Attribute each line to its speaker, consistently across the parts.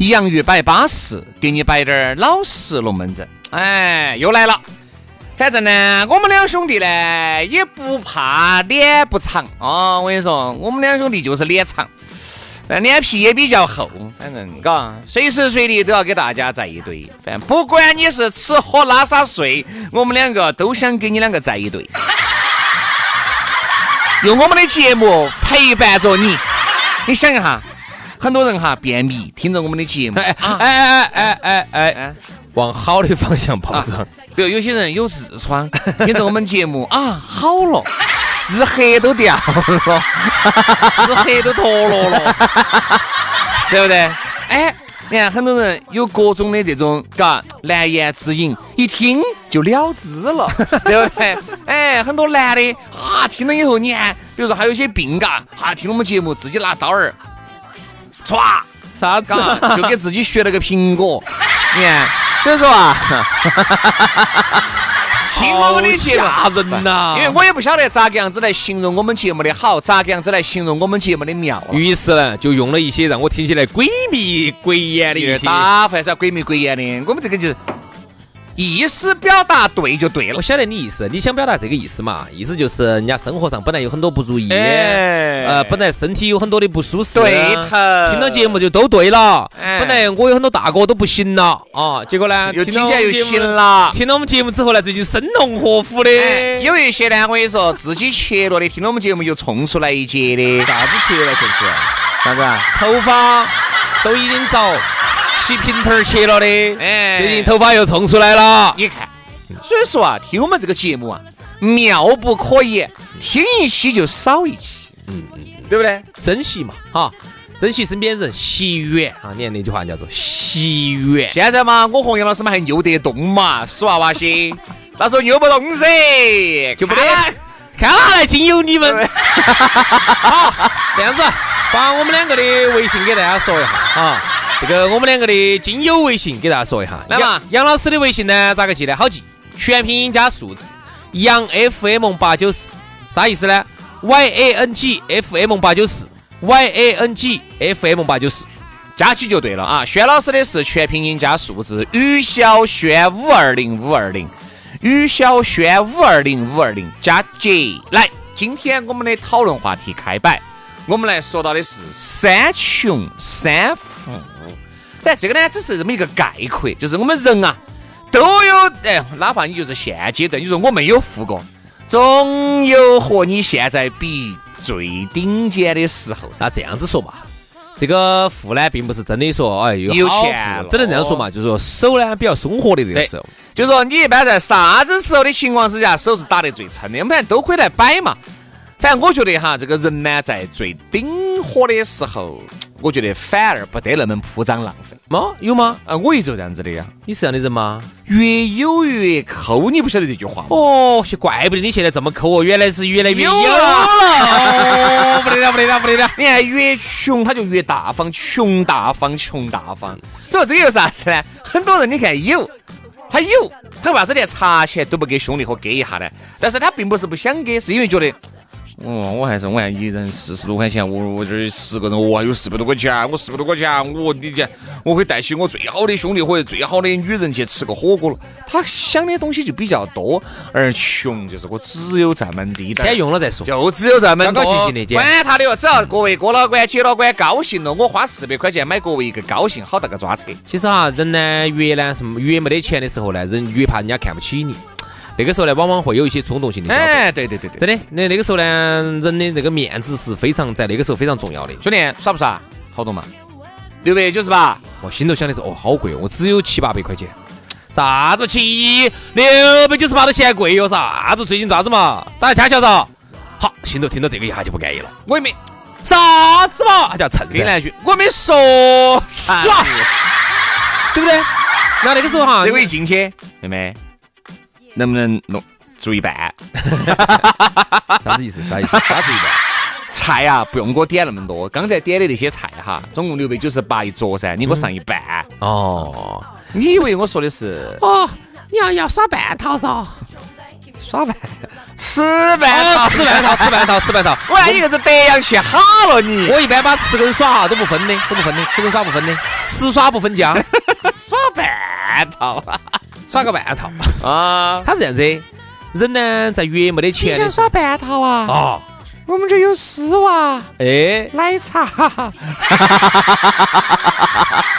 Speaker 1: 洋芋摆巴适，给你摆点儿老实龙门阵。哎，又来了。反正呢，我们两兄弟呢也不怕脸不长啊、我跟你说，我们两兄弟就是脸长，呃脸皮也比较厚。反正嘎，随时随地都要给大家在一堆。反正不管你是吃喝拉撒睡，我们两个都想给你两个在一堆。 用我们的节目陪伴着你。你想一下，很多人哈便秘，听着我们的节目，
Speaker 2: 哎
Speaker 1: 啊
Speaker 2: 哎哎哎哎哎，
Speaker 1: 哎
Speaker 2: 往好的方向跑
Speaker 1: 啊
Speaker 2: 着。
Speaker 1: 比如有些人有痔疮，听着我们节目啊，好了，痔黑都掉了，痔黑都脱落 了，对不对？哎，你看很多人有各种的这种嘎难言之隐，一听就了之 了，对不对？哎，很多男的啊，听了以后，你看，比如说还有一些病嘎，啊，听了我们节目自己拿刀儿，歘。
Speaker 2: 啥子？
Speaker 1: 嘎，就给自己削了个苹 果。你看，所以说啊，听我们的节目
Speaker 2: 吓人呐！
Speaker 1: 因为我也不晓得咋个样子来形容我们节目的好，咋个样子来形容我们节目的妙啊了。
Speaker 2: 于是呢，就用了一些让我听起来鬼迷鬼眼的一些。
Speaker 1: 打饭噻，鬼迷鬼眼的，我们这个就是意思表达对就对了
Speaker 2: 我。晓得你意思，你想表达这个意思嘛？意思就是人家生活上本来有很多不如意，
Speaker 1: 哎
Speaker 2: 呃，本来身体有很多的不舒适，啊
Speaker 1: 对头
Speaker 2: 听了节目就都对了。
Speaker 1: 哎
Speaker 2: 本来我有很多大哥都不行了啊，结果呢，
Speaker 1: 又
Speaker 2: 听
Speaker 1: 听
Speaker 2: 了
Speaker 1: 起来
Speaker 2: 我们
Speaker 1: 又
Speaker 2: 节目
Speaker 1: 行了
Speaker 2: 听了我们节目之后呢，最近生龙活虎的
Speaker 1: 哎，，有一些呢，我跟你说，自己切了的，听了我们节目又冲出来一截的，
Speaker 2: 啥子切了，就是
Speaker 1: 啥子啊？
Speaker 2: 头发都已经遭起平头儿切了的，
Speaker 1: 哎
Speaker 2: 最近头发又冲出来了。
Speaker 1: 你看，所以说啊，听我们这个节目啊，妙不可言，听一期就少一期，对不对？
Speaker 2: 珍惜嘛，哈，珍惜身边人，惜缘啊！你看那句话叫做惜缘。
Speaker 1: 现在嘛，我和杨老师嘛还扭得动嘛，死娃娃 些，那时候扭不动噻，就不得。
Speaker 2: 看哪来经由你 们。好，这样子，把我们两个的微信给大家说一下啊。这个我们两个的经友微信给大家说一下。
Speaker 1: 来嘛
Speaker 2: 杨，杨老师的微信呢，咋个记呢？好记，全拼音加数字，杨 FM 八九四，啥意思呢？Y A N G F M 八九四，Y A N G F M 八九四。
Speaker 1: 加起就对了啊！轩老师的是全拼音加数字，于小轩五二零五二零，于小轩五二零五二零加 J。来，今天我们的讨论话题开摆，我们来说到的是三穷三富。但这个呢，只是这么一个概括，就是我们人啊，都有哎，哪怕你就是现阶段，你说我没有富过，总有和你现在比最顶尖的时候噻。
Speaker 2: 那这样子说嘛，这个富呢，并不是真的说哎有
Speaker 1: 有
Speaker 2: 好
Speaker 1: 钱哦
Speaker 2: 富，只能这样说嘛，就是说手呢比较松活的这个
Speaker 1: 对
Speaker 2: 时候。
Speaker 1: 就说你一般在啥子时候的情况之下，手是打得最沉的，我们反正都可以来摆嘛。反正我觉得哈，这个人呢，在最顶火的时候，我觉得反而不得那么铺张浪费。
Speaker 2: 吗？有吗？
Speaker 1: 啊，我一直这样子的呀，
Speaker 2: 你是这样的人吗？
Speaker 1: 越有越抠，你不晓得这句话吗？
Speaker 2: 哦，怪不得你现在这么抠哦，原来是越来越
Speaker 1: 有啊
Speaker 2: 了，哦，不得了，不得了，不得了。
Speaker 1: 你看，越穷他就越大方，穷大方，穷大方。所以这个有啥子呢？很多人你看有，他有，他为啥子连茶钱都不给兄弟伙给一下呢？但是他并不是不想给，是因为觉得哦，我还是我还一人四十多块钱，我我这儿十个人，我还有四百多块钱，我四百多块钱，我你讲，我会带起我最好的兄弟伙、最好的女人去吃个火锅了。他想的东西就比较多，而穷就是我只有这么地的，
Speaker 3: 先用了再说。
Speaker 1: 就只有这么
Speaker 3: 高高兴
Speaker 1: 多
Speaker 3: 兴的，姐
Speaker 1: 管他的哟，只要各位哥老倌、姐老倌高兴了，我花四百块钱买各位一个高兴，好大个抓扯。
Speaker 3: 其实哈，人呢越呢什么越没得钱的时候呢，人越怕人家看不起你。那个时候呢，往往会有一些冲动性的消费。
Speaker 1: 哎，对对对对，
Speaker 3: 真的，那那个时候呢，人的这个面子是非常在那个时候非常重要的。
Speaker 1: 兄弟耍不耍？好多嘛，六百九十八。
Speaker 3: 我心头想的是，哦，好贵哦，我只有七八百块钱。啥子七六百九十八都嫌贵哟？哦啥子最近咋子嘛？大家掐晓得？好，心头听到这个一下就不安逸了。
Speaker 1: 我也没
Speaker 3: 啥子嘛？他叫蹭
Speaker 1: 听
Speaker 3: 噻，
Speaker 1: 两句，我没说啥
Speaker 3: 耍，对不对？那那个时候哈，
Speaker 1: 结果一进去，妹妹，啊能不能弄做一半？
Speaker 3: 啥子意思？啥意思？啥子意思？
Speaker 1: 菜啊，不用给我点那么多，刚才点的那些菜哈，总共六百九十八一桌噻，你给我上一半。
Speaker 3: 哦，
Speaker 1: 你以为我说的是
Speaker 3: 哦，你要要耍半套嗦？
Speaker 1: 耍饭？吃饭
Speaker 3: 哦
Speaker 1: 啊，
Speaker 3: 吃半套，吃半套，吃半套。
Speaker 1: 我看你硬是德阳去哈了你。
Speaker 3: 我一般把吃跟耍哈都不分的，都不分的，吃跟耍不分的，吃耍不分 家，
Speaker 1: 耍半套
Speaker 3: 耍个半套。
Speaker 1: 啊！
Speaker 3: 他是这样子，人呢在越没得钱的时候
Speaker 1: 半套啊？
Speaker 3: 啊，
Speaker 1: 我们这有丝袜、
Speaker 3: 哎，
Speaker 1: 奶茶。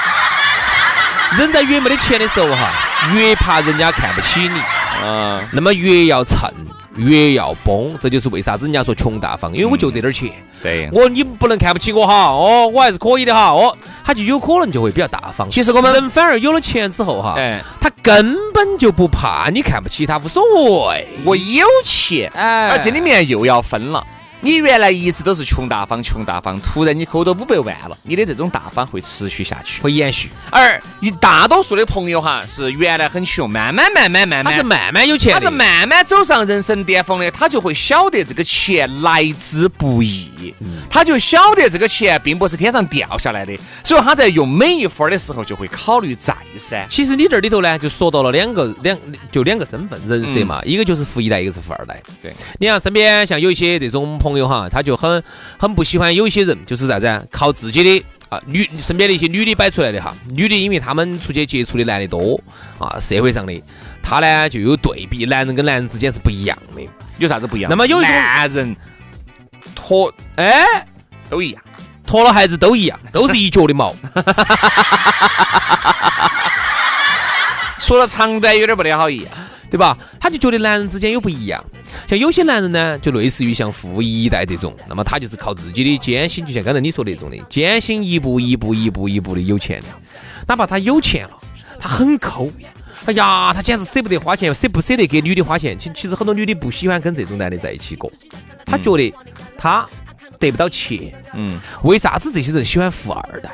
Speaker 3: 人在越没得钱的时候哈，越怕人家看不起你，
Speaker 1: 嗯，
Speaker 3: 那么越要蹭，越要崩，这就是为啥子人家说穷大方，因为我就这点儿钱。
Speaker 1: 对。
Speaker 3: 我你不能看不起我哈，哦，我还是可以的哈，哦，他就有可能就会比较大方。
Speaker 1: 其实我们
Speaker 3: 人反而有了钱之后哈，
Speaker 1: 哎，
Speaker 3: 他根本就不怕你看不起他，无所谓。
Speaker 1: 我有钱，
Speaker 3: 哎
Speaker 1: 而这里面又要分了。你原来一直都是穷大方，穷大方，突然你抠到五百万了，你的这种大方会持续下去。
Speaker 3: 会延续，
Speaker 1: 而一大多数的朋友哈，是原来很穷，慢慢慢慢慢
Speaker 3: 他
Speaker 1: 慢，
Speaker 3: 是慢慢有钱
Speaker 1: 他
Speaker 3: 的，
Speaker 1: 是慢慢走上人生巅峰的，他就会晓得这个钱来之不易，他就晓得这个钱并不是天上掉下来的，所以他在用每一分儿的时候就会考虑再三。
Speaker 3: 其实你这里头呢，就说到了两个两就两个身份人设嘛，一个就是富一代，一个是富二代。
Speaker 1: 对，
Speaker 3: 你看身边像有一些这种朋友哈，他就很很不喜欢有一些人，就是啥子啊靠自己的。啊，女身边的一些女的摆出来的哈，女的因为他们出去接触的男的多啊，社会上的他呢就有对比，男人跟男人之间是不一样的。
Speaker 1: 有啥子不一样？
Speaker 3: 那么有一种
Speaker 1: 男人脱
Speaker 3: 哎，
Speaker 1: 都一样，
Speaker 3: 脱了孩子都一样，都是一脚的毛。
Speaker 1: 除了长短有点不得好啊一样。
Speaker 3: 对吧？他就觉得男人之间有不一样，像有些男人呢，就类似于像富一代这种，那么他就是靠自己的艰辛，就像刚才你说的那种的，艰辛一步一步一步一步的有钱的，哪怕他有钱了，他很抠。哎呀，他简直舍不得花钱，舍不舍得给女的花钱。其其实很多女的不喜欢跟这种男的在一起过，她觉得她得不到钱。
Speaker 1: 嗯，
Speaker 3: 为啥子这些人喜欢富二代？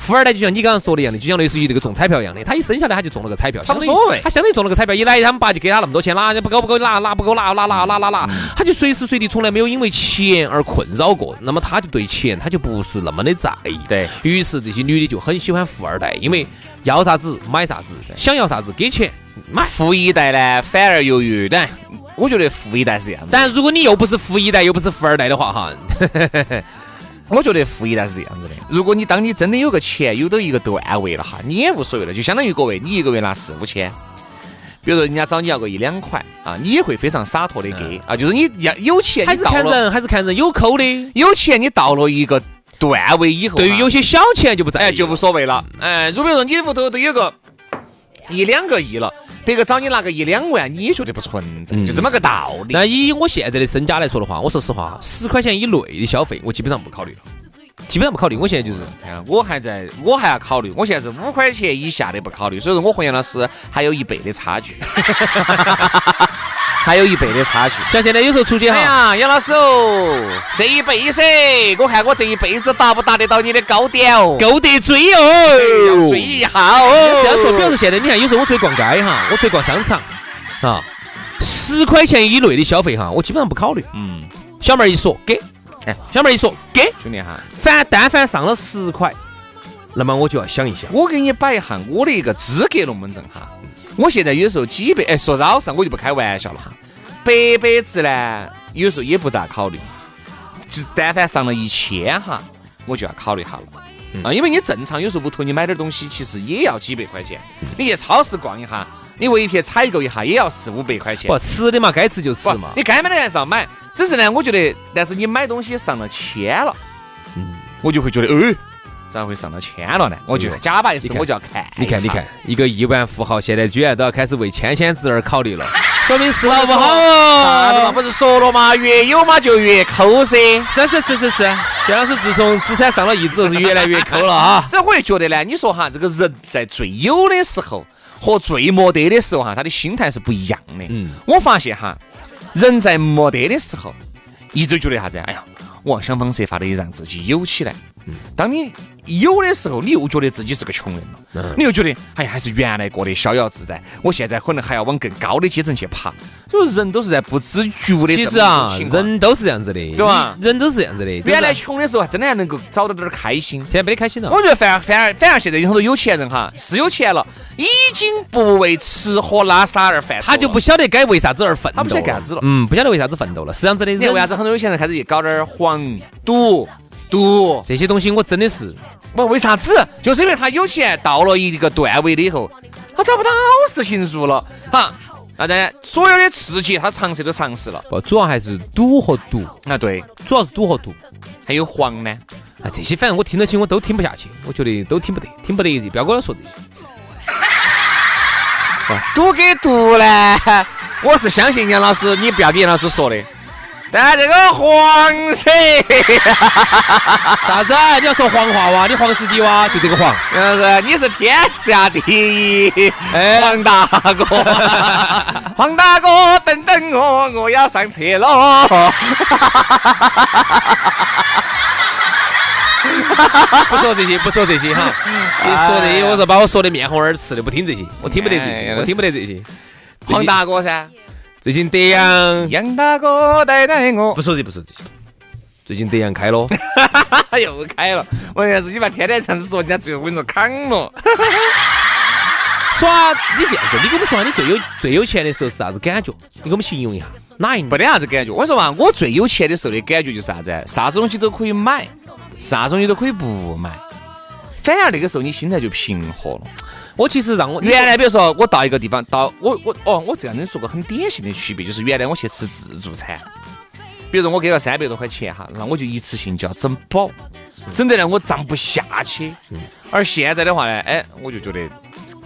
Speaker 3: 富二代就像你刚刚说的一样的，就像类似于那个中彩票一样的，他一生下来他就中了个彩票，
Speaker 1: 他无
Speaker 3: 相当于
Speaker 1: 所谓
Speaker 3: 他相当于中了个彩票，一来他们爸就给他那么多钱，拿不够不够拿，拿不够拿，拿拿拿拿拿，他就随时随地从来没有因为钱而困扰过，那么他就对钱他就不是那么的在意，
Speaker 1: 对
Speaker 3: 于是这些女的就很喜欢富二代，因为要啥子买啥子，想要啥子给钱买。
Speaker 1: 富一代呢，反而由于，但我觉得富一代是这样子，
Speaker 3: 但如果你又不是富一代，又不是富二代的话，哈，
Speaker 1: 我觉得富一代是这样子的。如果你当你真的有个钱，有到一个段位了哈，你也无所谓了，就相当于各位，你一个月拿四五千。比如说，人家找你要个一两块啊，你也会非常洒脱的给啊，就是你要有
Speaker 3: 嗯
Speaker 1: 钱，
Speaker 3: 还
Speaker 1: 你
Speaker 3: 是
Speaker 1: 到
Speaker 3: 看
Speaker 1: 了
Speaker 3: 人，还是看人，有抠的，
Speaker 1: 有钱，你到了一个段位以后哈，啊
Speaker 3: 对于有些小钱就不在意了，
Speaker 1: 哎，就无所谓了。哎，如果说你屋头都有个一两个亿了，别个找你拿个一两万，你也觉得不存在，
Speaker 3: 嗯
Speaker 1: 就这么个道理。
Speaker 3: 那以我现在的身家来说的话，我说实话，十块钱以内的消费，我基本上不考虑了，基本上不考虑。我现在就是
Speaker 1: 哎呀我还在，我还要考虑，我现在是五块钱以下的不考虑，所以说我和杨老师还有一倍的差距， 还有一倍的差距。
Speaker 3: 像现在有时候出去哈，
Speaker 1: 哎呀，杨老师哦，这一辈子，我看我这一辈子达不达得到你的高点哦，哎
Speaker 3: 够得追
Speaker 1: 要
Speaker 3: 哦
Speaker 1: 追。一下哦。
Speaker 3: 这样说，比方说现在你看，有时候我出去逛街哈，我出去逛商场啊，十块钱以内的消费哈，我基本上不考虑。
Speaker 1: 嗯，
Speaker 3: 小妹儿一说给，
Speaker 1: 哎
Speaker 3: 小妹儿一说给，
Speaker 1: 兄弟哈，
Speaker 3: 反但凡上了十块，那么我就要想一想，
Speaker 1: 我给你摆一下我的一个资格龙门阵哈。我现在有时候几百，哎，说老实话，我就不开玩笑了哈。百百值呢，有时候也不咋考虑，就是但凡上了一千哈，我就要考虑一下了。啊，因为你正常有时候屋头你买点东西，其实也要几百块钱。你去超市逛一下，你唯品采购一下也要四五百块钱。
Speaker 2: 不吃的嘛，该吃就吃
Speaker 1: 不
Speaker 2: 嘛。
Speaker 1: 你该买的还是要买。只是呢，我觉得，但是你买东西上了千了，
Speaker 2: 嗯
Speaker 1: 我就会觉得，哎，咋会上了千了呢？我就假把意思
Speaker 2: 你，看
Speaker 1: 我就要看。
Speaker 2: 嗯你看，你看，，一个亿万富豪现在居然都要开始为千千侄儿考虑 了，说明是好不好
Speaker 1: 啥子嘛，
Speaker 2: 哦？
Speaker 1: 不是说了嘛，越有嘛就越抠噻。
Speaker 2: 是是是是是，薛老师自从资产上了亿之后是越来越抠 了啊！
Speaker 1: 所以我就觉得呢，你说哈，这个人在最有的时候和最没得的时候哈，他的心态是不一样的。
Speaker 2: 嗯
Speaker 1: 我发现哈，人在没得的时候，一直觉得啥子？哎呀，我要想方设法的让自己有起来。
Speaker 2: 嗯
Speaker 1: 当你有的时候，你又觉得自己是个穷人了，
Speaker 2: 嗯
Speaker 1: 你又觉得哎呀，还是原来过得逍遥自在，我现在可能还要往更高的阶层去爬。就是人都是在不知觉的。
Speaker 2: 其实啊，人都是这样子的，对
Speaker 1: 吧
Speaker 2: 人都是这样子的，
Speaker 1: 原来
Speaker 2: 现
Speaker 1: 穷的时候，还真的还能够找到点儿开心。
Speaker 2: 在没得开心了
Speaker 1: 我。觉得反而反而反而现在有很多有钱人哈，是有钱了，已经不为吃喝拉撒而犯愁了，
Speaker 2: 他就不晓得该为啥子而奋斗，
Speaker 1: 他不晓得干啥子了
Speaker 2: 嗯，不晓得为啥子奋斗了。是这样子的
Speaker 1: 你看
Speaker 2: 人，
Speaker 1: 为啥子很多有钱人开始去搞点儿黄赌毒？
Speaker 2: 这些东西我真的是
Speaker 1: 不，为啥子？就是因为他有钱到了一个段位了以后，他找不到事情做了，哈。那当然，所有的刺激他尝试都尝试了。
Speaker 2: 不，主要还是赌和毒，
Speaker 1: 啊，对，
Speaker 2: 主要是赌和毒。
Speaker 1: 还有黄呢，
Speaker 2: 啊，这些反正我听得起，我都听不下去，我觉得都听不得，听不得。不要跟我说这些。啊
Speaker 1: 赌给毒呢，我是相信杨老师，你不要给杨老师说的。但这个黄色，
Speaker 2: 啥子？啊你要说黄话哇？你黄司机哇？就这个黄。
Speaker 1: 杨老师，你是天下第一，
Speaker 2: 哎
Speaker 1: 黄大 哥，黄大哥，等等我，我要上车了。
Speaker 2: 不说这些，不说这些哈。你说这些，我说把我说的面红耳赤的，不听这些，我听不得这
Speaker 1: 哎
Speaker 2: 些
Speaker 1: 呀，
Speaker 2: 我听不得这些。
Speaker 1: 黄大哥噻，
Speaker 2: 最近德阳
Speaker 1: 杨大哥带带我，
Speaker 2: 不说这不说这些，最近德阳开了，
Speaker 1: 他 又开了。我跟你说自己嘛，天天这样子说，人家最后我跟你说扛了。
Speaker 2: 耍你这样子，你跟我们说下你最有最有钱的时候是啥子感觉？你给我们形容一下，哪一年
Speaker 1: 没得啥子感觉。我说嘛，我最有钱的时候的感觉就是啥子啊？啥子东西都可以买，啥东西都可以不买。反而那个时候你心态就平和了。
Speaker 2: 我其实让我
Speaker 1: 原来比如说我到一个地方，到我我哦，我这样跟你说个很典型的区别，就是原来我去吃自助餐，比如说我给了三百多块钱哈，那我就一次性就要整饱，
Speaker 2: 嗯
Speaker 1: 整得呢我胀不下去。而现在的话呢，哎，我就觉得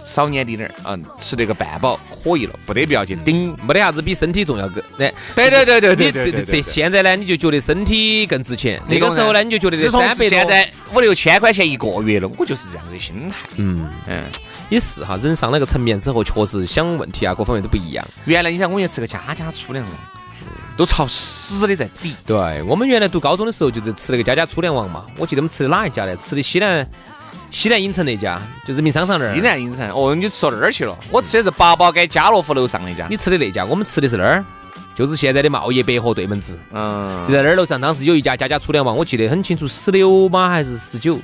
Speaker 1: 少年滴点儿，嗯，吃这个半饱可以了，不得必要去顶。
Speaker 2: 没得啥子比身体重要更。哎，
Speaker 1: 对对对对对对
Speaker 2: 你
Speaker 1: 对
Speaker 2: 这
Speaker 1: 对
Speaker 2: 这现在呢，你就觉得身体更值钱。那个时候呢，你就觉得这
Speaker 1: 自从
Speaker 2: 三百多，
Speaker 1: 现在五六千块钱一个月了，哎我就是这样子的心态。
Speaker 2: 嗯，
Speaker 1: 嗯，
Speaker 2: 也是哈，人上了个层面之后，确实想问题啊，各方面都不一样。
Speaker 1: 原来你想我去吃个家家粗粮王，都朝死的在抵。
Speaker 2: 对我们原来读高中的时候，就是吃那个家家粗粮王嘛。我记得我们吃的哪一家呢？吃的西南西南影城那家，就人民商场那
Speaker 1: 西
Speaker 2: 儿。
Speaker 1: 南影城，哦，你吃到那儿去了？我吃的是八宝街家乐福楼上那家。
Speaker 2: 你吃的那家，我们吃的是那儿，就是现在的茂业百货对门子，
Speaker 1: 嗯
Speaker 2: 就，在那儿楼上。当时有一家家家粗粮王，我记得很清楚，十六吗？还是十九？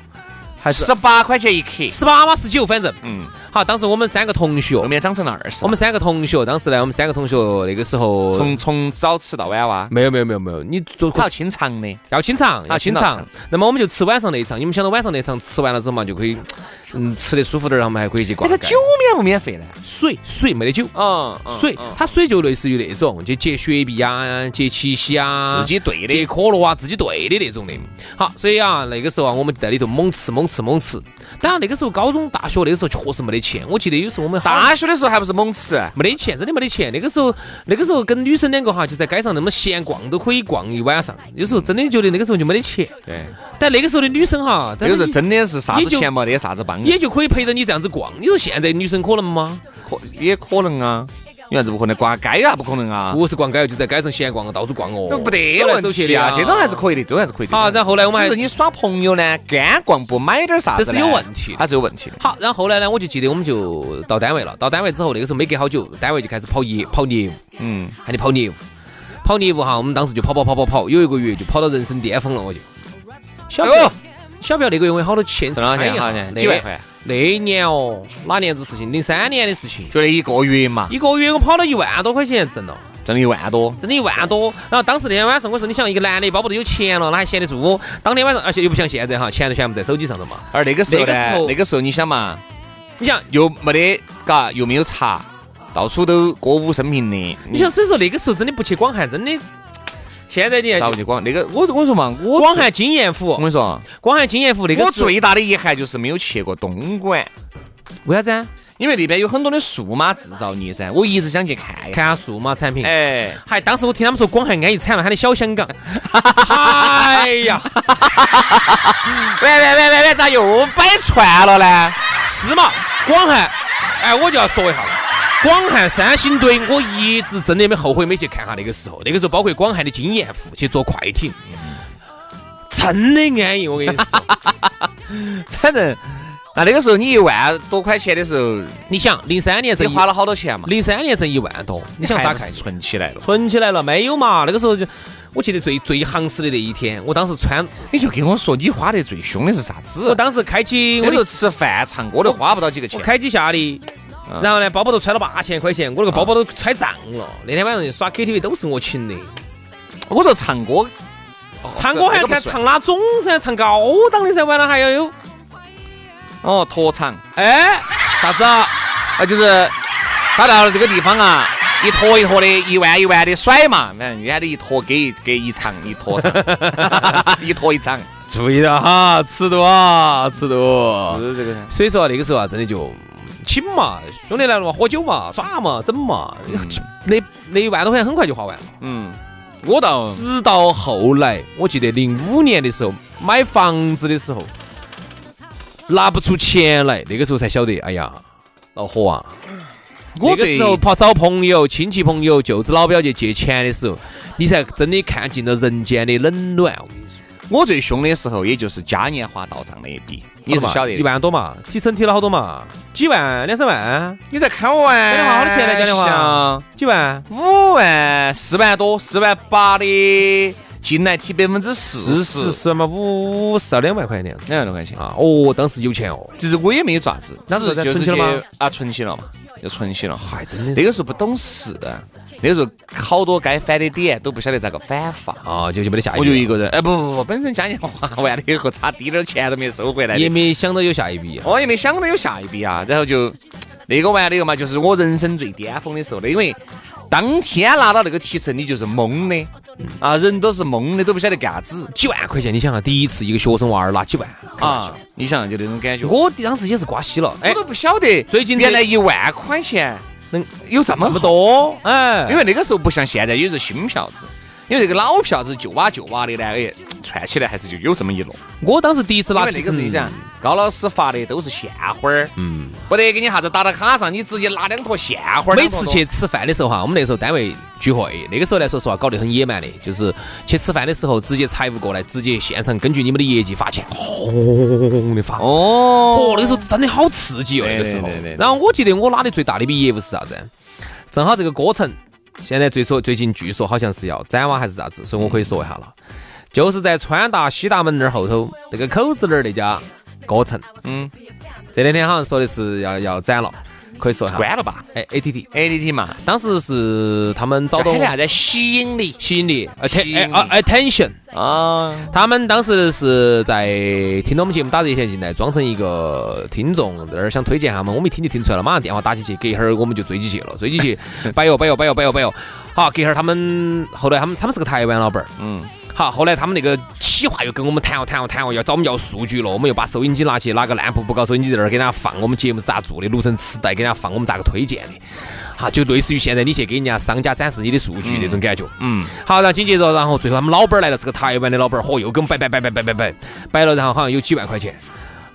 Speaker 2: 还是
Speaker 1: 十八块钱一克。
Speaker 2: 十八吗？十九？反正
Speaker 1: 嗯，
Speaker 2: 好，当时我们三个同学
Speaker 1: 后，面涨成了二十。
Speaker 2: 我们三个同学，当时呢，我们三个同学那个时候
Speaker 1: 从从早吃到晚哇，
Speaker 2: 没有没有没有没有，你做
Speaker 1: 它要清肠的。
Speaker 2: 要清肠，要清
Speaker 1: 清肠
Speaker 2: 肠。那么我们就吃晚上那一场，你们晓得晚上那一场吃完了之后嘛，就可以，嗯，吃得舒服点儿，然后我们还可以去
Speaker 1: 那
Speaker 2: 逛
Speaker 1: 个
Speaker 2: 街
Speaker 1: 酒免不免费呢？
Speaker 2: 水水没得酒，
Speaker 1: 嗯，
Speaker 2: 水它水就类似于那种，就解雪碧啊，解七喜啊，
Speaker 1: 自己兑
Speaker 2: 解
Speaker 1: 的。
Speaker 2: 可乐啊，自己兑的那种的。好，所以啊，那个时候啊，我们就在里头猛吃猛吃猛吃。当然那个时候高中、大学那个时候确实没得钱，我记得有时候我们好
Speaker 1: 大学的时候还不是猛吃？
Speaker 2: 没得钱，真的没得钱。那个时候，那个时候跟女生两个哈，就在街上那么闲逛，都可以逛一晚上。有时候真的觉得那个时候就没得钱，
Speaker 1: 对，
Speaker 2: 但那个时候的女生哈，
Speaker 1: 那个时候真的是啥
Speaker 2: 你
Speaker 1: 子
Speaker 2: 就
Speaker 1: 钱没得，啥子帮。
Speaker 2: 也就可以陪着你这样子逛。你说现在女生可能吗？
Speaker 1: 可也可能啊，有啥子不可能？逛街啊，不可能啊，
Speaker 2: 不是逛街，就在街上闲逛啊，到处逛哦
Speaker 1: 那，不得
Speaker 2: 走来
Speaker 1: 问
Speaker 2: 走去
Speaker 1: 题
Speaker 2: 的
Speaker 1: 啊，这种还是
Speaker 2: 以。
Speaker 1: 可以的，这种还是可以的。
Speaker 2: 好，然后后来我
Speaker 1: 我
Speaker 2: 们
Speaker 1: 们
Speaker 2: 还
Speaker 1: 只是你耍朋友呢，干逛不买点啥子呢，
Speaker 2: 这是有问题的
Speaker 1: 它是有问题的。
Speaker 2: 好，然后后来呢，我就记得我们就到单位了。到单位之后，那个时候没隔好久，单位就开始跑业跑业务，
Speaker 1: 嗯，
Speaker 2: 喊你跑业务，跑业务哈，我们当时就跑跑跑跑跑，有一个月就跑到人生巅峰了，我就。小
Speaker 1: 哎呦
Speaker 2: 表，小表那个月我有好多钱，
Speaker 1: 挣了
Speaker 2: 猜
Speaker 1: 钱，
Speaker 2: 一下
Speaker 1: 好像
Speaker 2: 几万。
Speaker 1: 块，
Speaker 2: 那年哦，哪年子事情？零三年的事情，
Speaker 1: 就那一个月嘛，
Speaker 2: 一个月我跑了一万多块钱挣了，
Speaker 1: 挣了一万多，
Speaker 2: 挣了一万多。然后当时那天晚上，我说你想一个男的巴不得有钱了，哪还闲得住我？当天晚上，而且又不像现在哈，钱都全部在手机上头嘛。
Speaker 1: 而那个时候呢，
Speaker 2: 那个时候
Speaker 1: 那个时候你想嘛，
Speaker 2: 你想，
Speaker 1: 又没得嘎，又没有茶，到处都歌舞升平的。
Speaker 2: 你想，所以说那个时候真的不去广汉，真的。现在你看
Speaker 1: 咋不去广？那个我我跟你说嘛，我
Speaker 2: 广汉经验
Speaker 1: 我
Speaker 2: 府
Speaker 1: 跟，你说，
Speaker 2: 广汉经验府那个
Speaker 1: 我
Speaker 2: 时候
Speaker 1: 最大的遗憾就是没有去过东莞，
Speaker 2: 为啥子啊？
Speaker 1: 因为那边有很多的数码制造业噻，我一直想去看一看。
Speaker 2: 看下数码产品。
Speaker 1: 哎，
Speaker 2: 嗨，当时我听他们说广汉安逸惨了，喊的小香港。哎 呀，
Speaker 1: 喂喂喂喂喂，咋又摆串了呢？
Speaker 2: 是嘛？广汉，哎，我就要说一下了。广汉三星堆，我一直真的没后悔没去看哈。那个时候，那个时候包括广汉的经验户去坐快艇，真的安逸。我跟你说，
Speaker 1: 反正那那个时候你一万多块钱的时候，
Speaker 2: 你想零三年
Speaker 1: 你
Speaker 2: 挣
Speaker 1: 花了好多钱嘛？
Speaker 2: 零三年挣一万多，你想咋看
Speaker 1: 还？是存起来了？
Speaker 2: 存起来了没有嘛？那个时候就，我记得最最行市的那一天，我当时穿，
Speaker 1: 你就跟我说你花得最凶的是啥
Speaker 2: 我
Speaker 1: 子？
Speaker 2: 当时开启
Speaker 1: 有
Speaker 2: 我
Speaker 1: 时
Speaker 2: 的
Speaker 1: 候吃饭唱歌都花不到几个
Speaker 2: 我
Speaker 1: 钱。
Speaker 2: 开几下的，然后呢，包包都揣了八千块钱，我那个包包都揣胀了。那天晚上耍 KTV 都是我请的，
Speaker 1: 我说唱歌，哦
Speaker 2: 唱歌还要看唱哪种噻，唱高档的噻，完了还要有
Speaker 1: 哦，拖场
Speaker 2: 哎啥子啊？
Speaker 1: 啊，就是他到了这个地方啊，一坨一坨的，一弯一弯的甩嘛，哎反正人家的一坨给一给一场一坨场， 一坨一场，
Speaker 2: 注意了哈，尺度啊，尺度。
Speaker 1: 是这个噻。
Speaker 2: 所以说那个时候啊，真的就请嘛，兄弟来了嘛，喝酒嘛，耍嘛，整嘛，那那一万多块钱很快就花完了。
Speaker 1: 嗯，我倒
Speaker 2: 直到后来，我记得零五年的时候买房子的时候，拿不出钱来，那个时候才晓得，哎呀，恼火啊！
Speaker 1: 我
Speaker 2: 那个
Speaker 1: 最
Speaker 2: 时候怕找朋友、亲戚朋友、舅子老表去借钱的时候，你才真的看尽了人间的冷暖。我跟你说，
Speaker 1: 我最凶的时候，也就是嘉年华到账那一笔，你是
Speaker 2: 嘛
Speaker 1: 晓得
Speaker 2: 一
Speaker 1: 的。
Speaker 2: 万多嘛，提成提了好多嘛，几万、两三万，
Speaker 1: 你在开玩
Speaker 2: 嘉年华好多钱呢？嘉年
Speaker 1: 哎
Speaker 2: 华几万？
Speaker 1: 五万、四万多、四万八的进来提百分之四
Speaker 2: 四
Speaker 1: 十，哎
Speaker 2: 十嘛，五五十二两万块钱的样子
Speaker 1: 两万多块钱。
Speaker 2: 啊！哦，当时有钱哦，
Speaker 1: 其实我也没有爪子，
Speaker 2: 那时候
Speaker 1: 只是就是
Speaker 2: 存起了
Speaker 1: 去
Speaker 2: 吗
Speaker 1: 啊存起了嘛，就存起了。
Speaker 2: 还哎真的
Speaker 1: 那
Speaker 2: 是
Speaker 1: 个时候不懂事，那个时候好多该翻的点都不晓得咋个翻法。
Speaker 2: 啊，就就没得下一
Speaker 1: 我就一
Speaker 2: 笔了，
Speaker 1: 个人，哎不不不，本身嘉年华完了以后差滴点儿钱都没收回来的哦
Speaker 2: 也没想到有下一笔。
Speaker 1: 我也没想到有下一笔啊，然后就那个完了以后嘛，就是我人生最巅峰的时候了，因为当天拿到那个提成，你就是懵的
Speaker 2: 嗯
Speaker 1: 啊，人都是懵的，都不晓得干啥子
Speaker 2: 几万块钱，你想啊，第一次一个学生娃儿拿几万
Speaker 1: 啊，你想就那种感觉，我
Speaker 2: 我当时也是瓜稀了，哎
Speaker 1: 我，都不晓得
Speaker 2: 最近这
Speaker 1: 原来一万块钱
Speaker 2: 能
Speaker 1: 有这么
Speaker 2: 这么
Speaker 1: 多，
Speaker 2: 多，哎，
Speaker 1: 因为那个时候不像现在，也是新票子。因为这个老票子旧瓦旧瓦的呢，哎，串起来还是就有这么一摞。
Speaker 2: 我当时第一次
Speaker 1: 因
Speaker 2: 拿
Speaker 1: 为那个时候你想，嗯高老师发的都是现花儿，
Speaker 2: 嗯，
Speaker 1: 不得给你啥子打到卡上，你直接拿两坨现花儿。
Speaker 2: 每
Speaker 1: 两坨
Speaker 2: 次
Speaker 1: 多
Speaker 2: 去吃饭的时候哈，我们那时候单位聚会，那个时候来说实话搞得很野蛮的，就是去吃饭的时候直接财务过来，直接现场根据你们的业绩发钱，轰的发。哦，
Speaker 1: 哦
Speaker 2: 那个时候真的好刺激哦，
Speaker 1: 对
Speaker 2: 那个时候
Speaker 1: 对对对对。
Speaker 2: 然后我记得我拿的最大的一笔业务是啥子？正好这个歌城现在最说最近据说好像是要展望还是啥子，所以我可以说一下了，就是在川大西大门那儿后头那个口子那儿那家歌城，
Speaker 1: 嗯，
Speaker 2: 这两天好像说的是要要展了，可以说一下。
Speaker 1: 关了吧
Speaker 2: 哎，ATT，
Speaker 1: ，ADT 嘛，
Speaker 2: 当时是他们找
Speaker 1: 叫
Speaker 2: 到
Speaker 1: 喊
Speaker 2: 我
Speaker 1: 啥子吸引力
Speaker 2: 吸引力
Speaker 1: 吸引力
Speaker 2: ，atten 啊 attention，
Speaker 1: 啊，
Speaker 2: 他们当时是在听到我们节目打热线进来，装成一个听众，在那儿想推荐他们，我们一听就听出来了，马上电话打起去，隔一会儿我们就追起去了，追 起去，摆哟摆哟摆哟摆哟摆哟，好，隔一会儿他们后来他们他们是个台湾老板儿，
Speaker 1: 嗯，
Speaker 2: 好，后来他们那个企划又跟我们谈哦谈哦谈哦，要找我们要数据了，我们又把收音机拿起，拿个烂布布搞收音机在那儿给大家放我们节目是咋做的，录成磁带给大家放我们咋个推荐的，哈，就类似于现在你去给人家商家展示你的数据那种感觉。
Speaker 1: 嗯，
Speaker 2: 好，然后紧接着，然后最后他们老板儿来了，是个台湾的老板儿，嚯，又跟我们摆摆摆摆摆摆摆摆了，然后好像有几万块钱。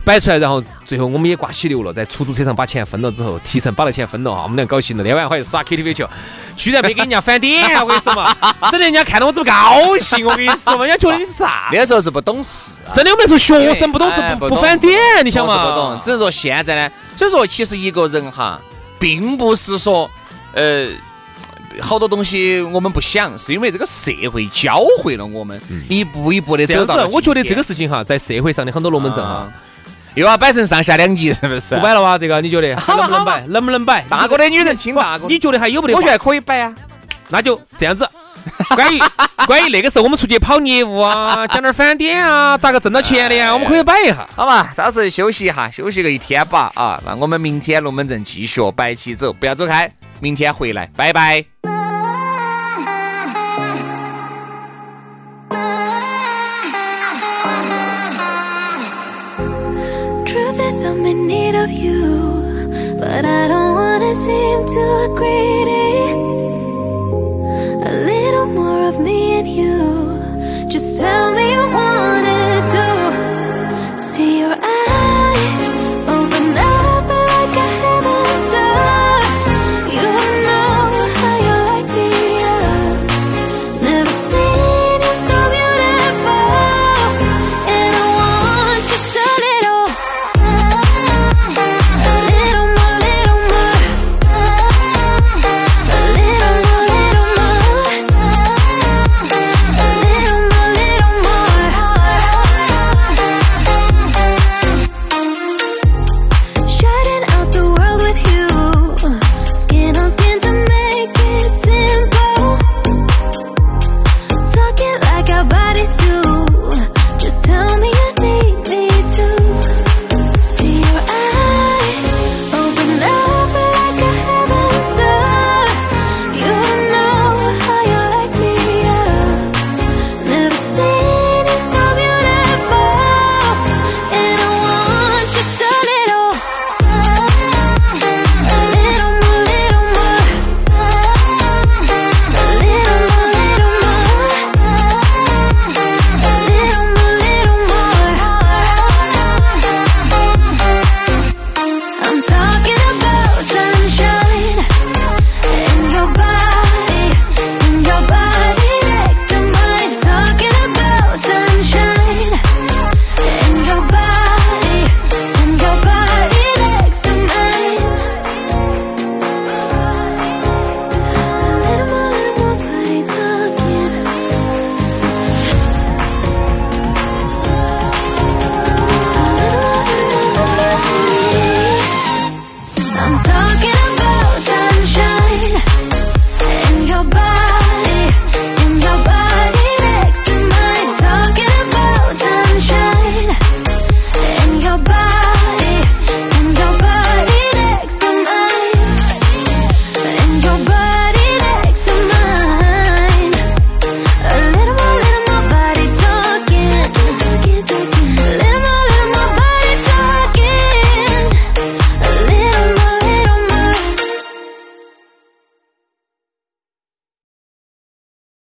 Speaker 2: 摆出来，然后最后我们也挂稀流了，在出租车上把钱分了之后，提成把那钱分了哈，我们俩高兴了，那晚上还去耍 KTV 去了，居然没给人家翻点，我跟你说嘛，整得人家看到我这么高兴，我跟你说嘛，人家觉得你是啥？
Speaker 1: 那时候是不懂事啊，
Speaker 2: 真的，我们说学生不懂事
Speaker 1: 哎
Speaker 2: 不
Speaker 1: 不
Speaker 2: 不
Speaker 1: 懂
Speaker 2: 翻点，你想嘛？
Speaker 1: 不懂，只是说现在呢，所以说其实一个人哈，并不是说呃。好多东西我们不想，是因为这个社会教会了我们一步一步的
Speaker 2: 嗯这样
Speaker 1: 走
Speaker 2: 子啊
Speaker 1: 到了今天。，
Speaker 2: 我觉得这个事情哈，在社会上的很多龙门阵哈
Speaker 1: 啊，又要摆成上下两级，是不是啊
Speaker 2: 不？摆了哇，这个你觉得
Speaker 1: 好吧
Speaker 2: 能不能摆？能不能摆？
Speaker 1: 大哥的女人听大哥的，
Speaker 2: 你觉得还有没得话？
Speaker 1: 我觉得可以摆啊。
Speaker 2: 那就这 样子。关于关于那个时候我们出去跑业务啊，讲点返点啊，咋个挣到钱的呀？
Speaker 1: 哎
Speaker 2: 我们可以摆一下。
Speaker 1: 好吧，稍事休息一下，休息个一天吧啊！那我们明天龙门阵继续摆起走，不要走开，明天回来，拜拜。
Speaker 4: Truth is, I'm in need of you, but I don't wanna seem too greedy. A little more of me and you. Just tell me you want.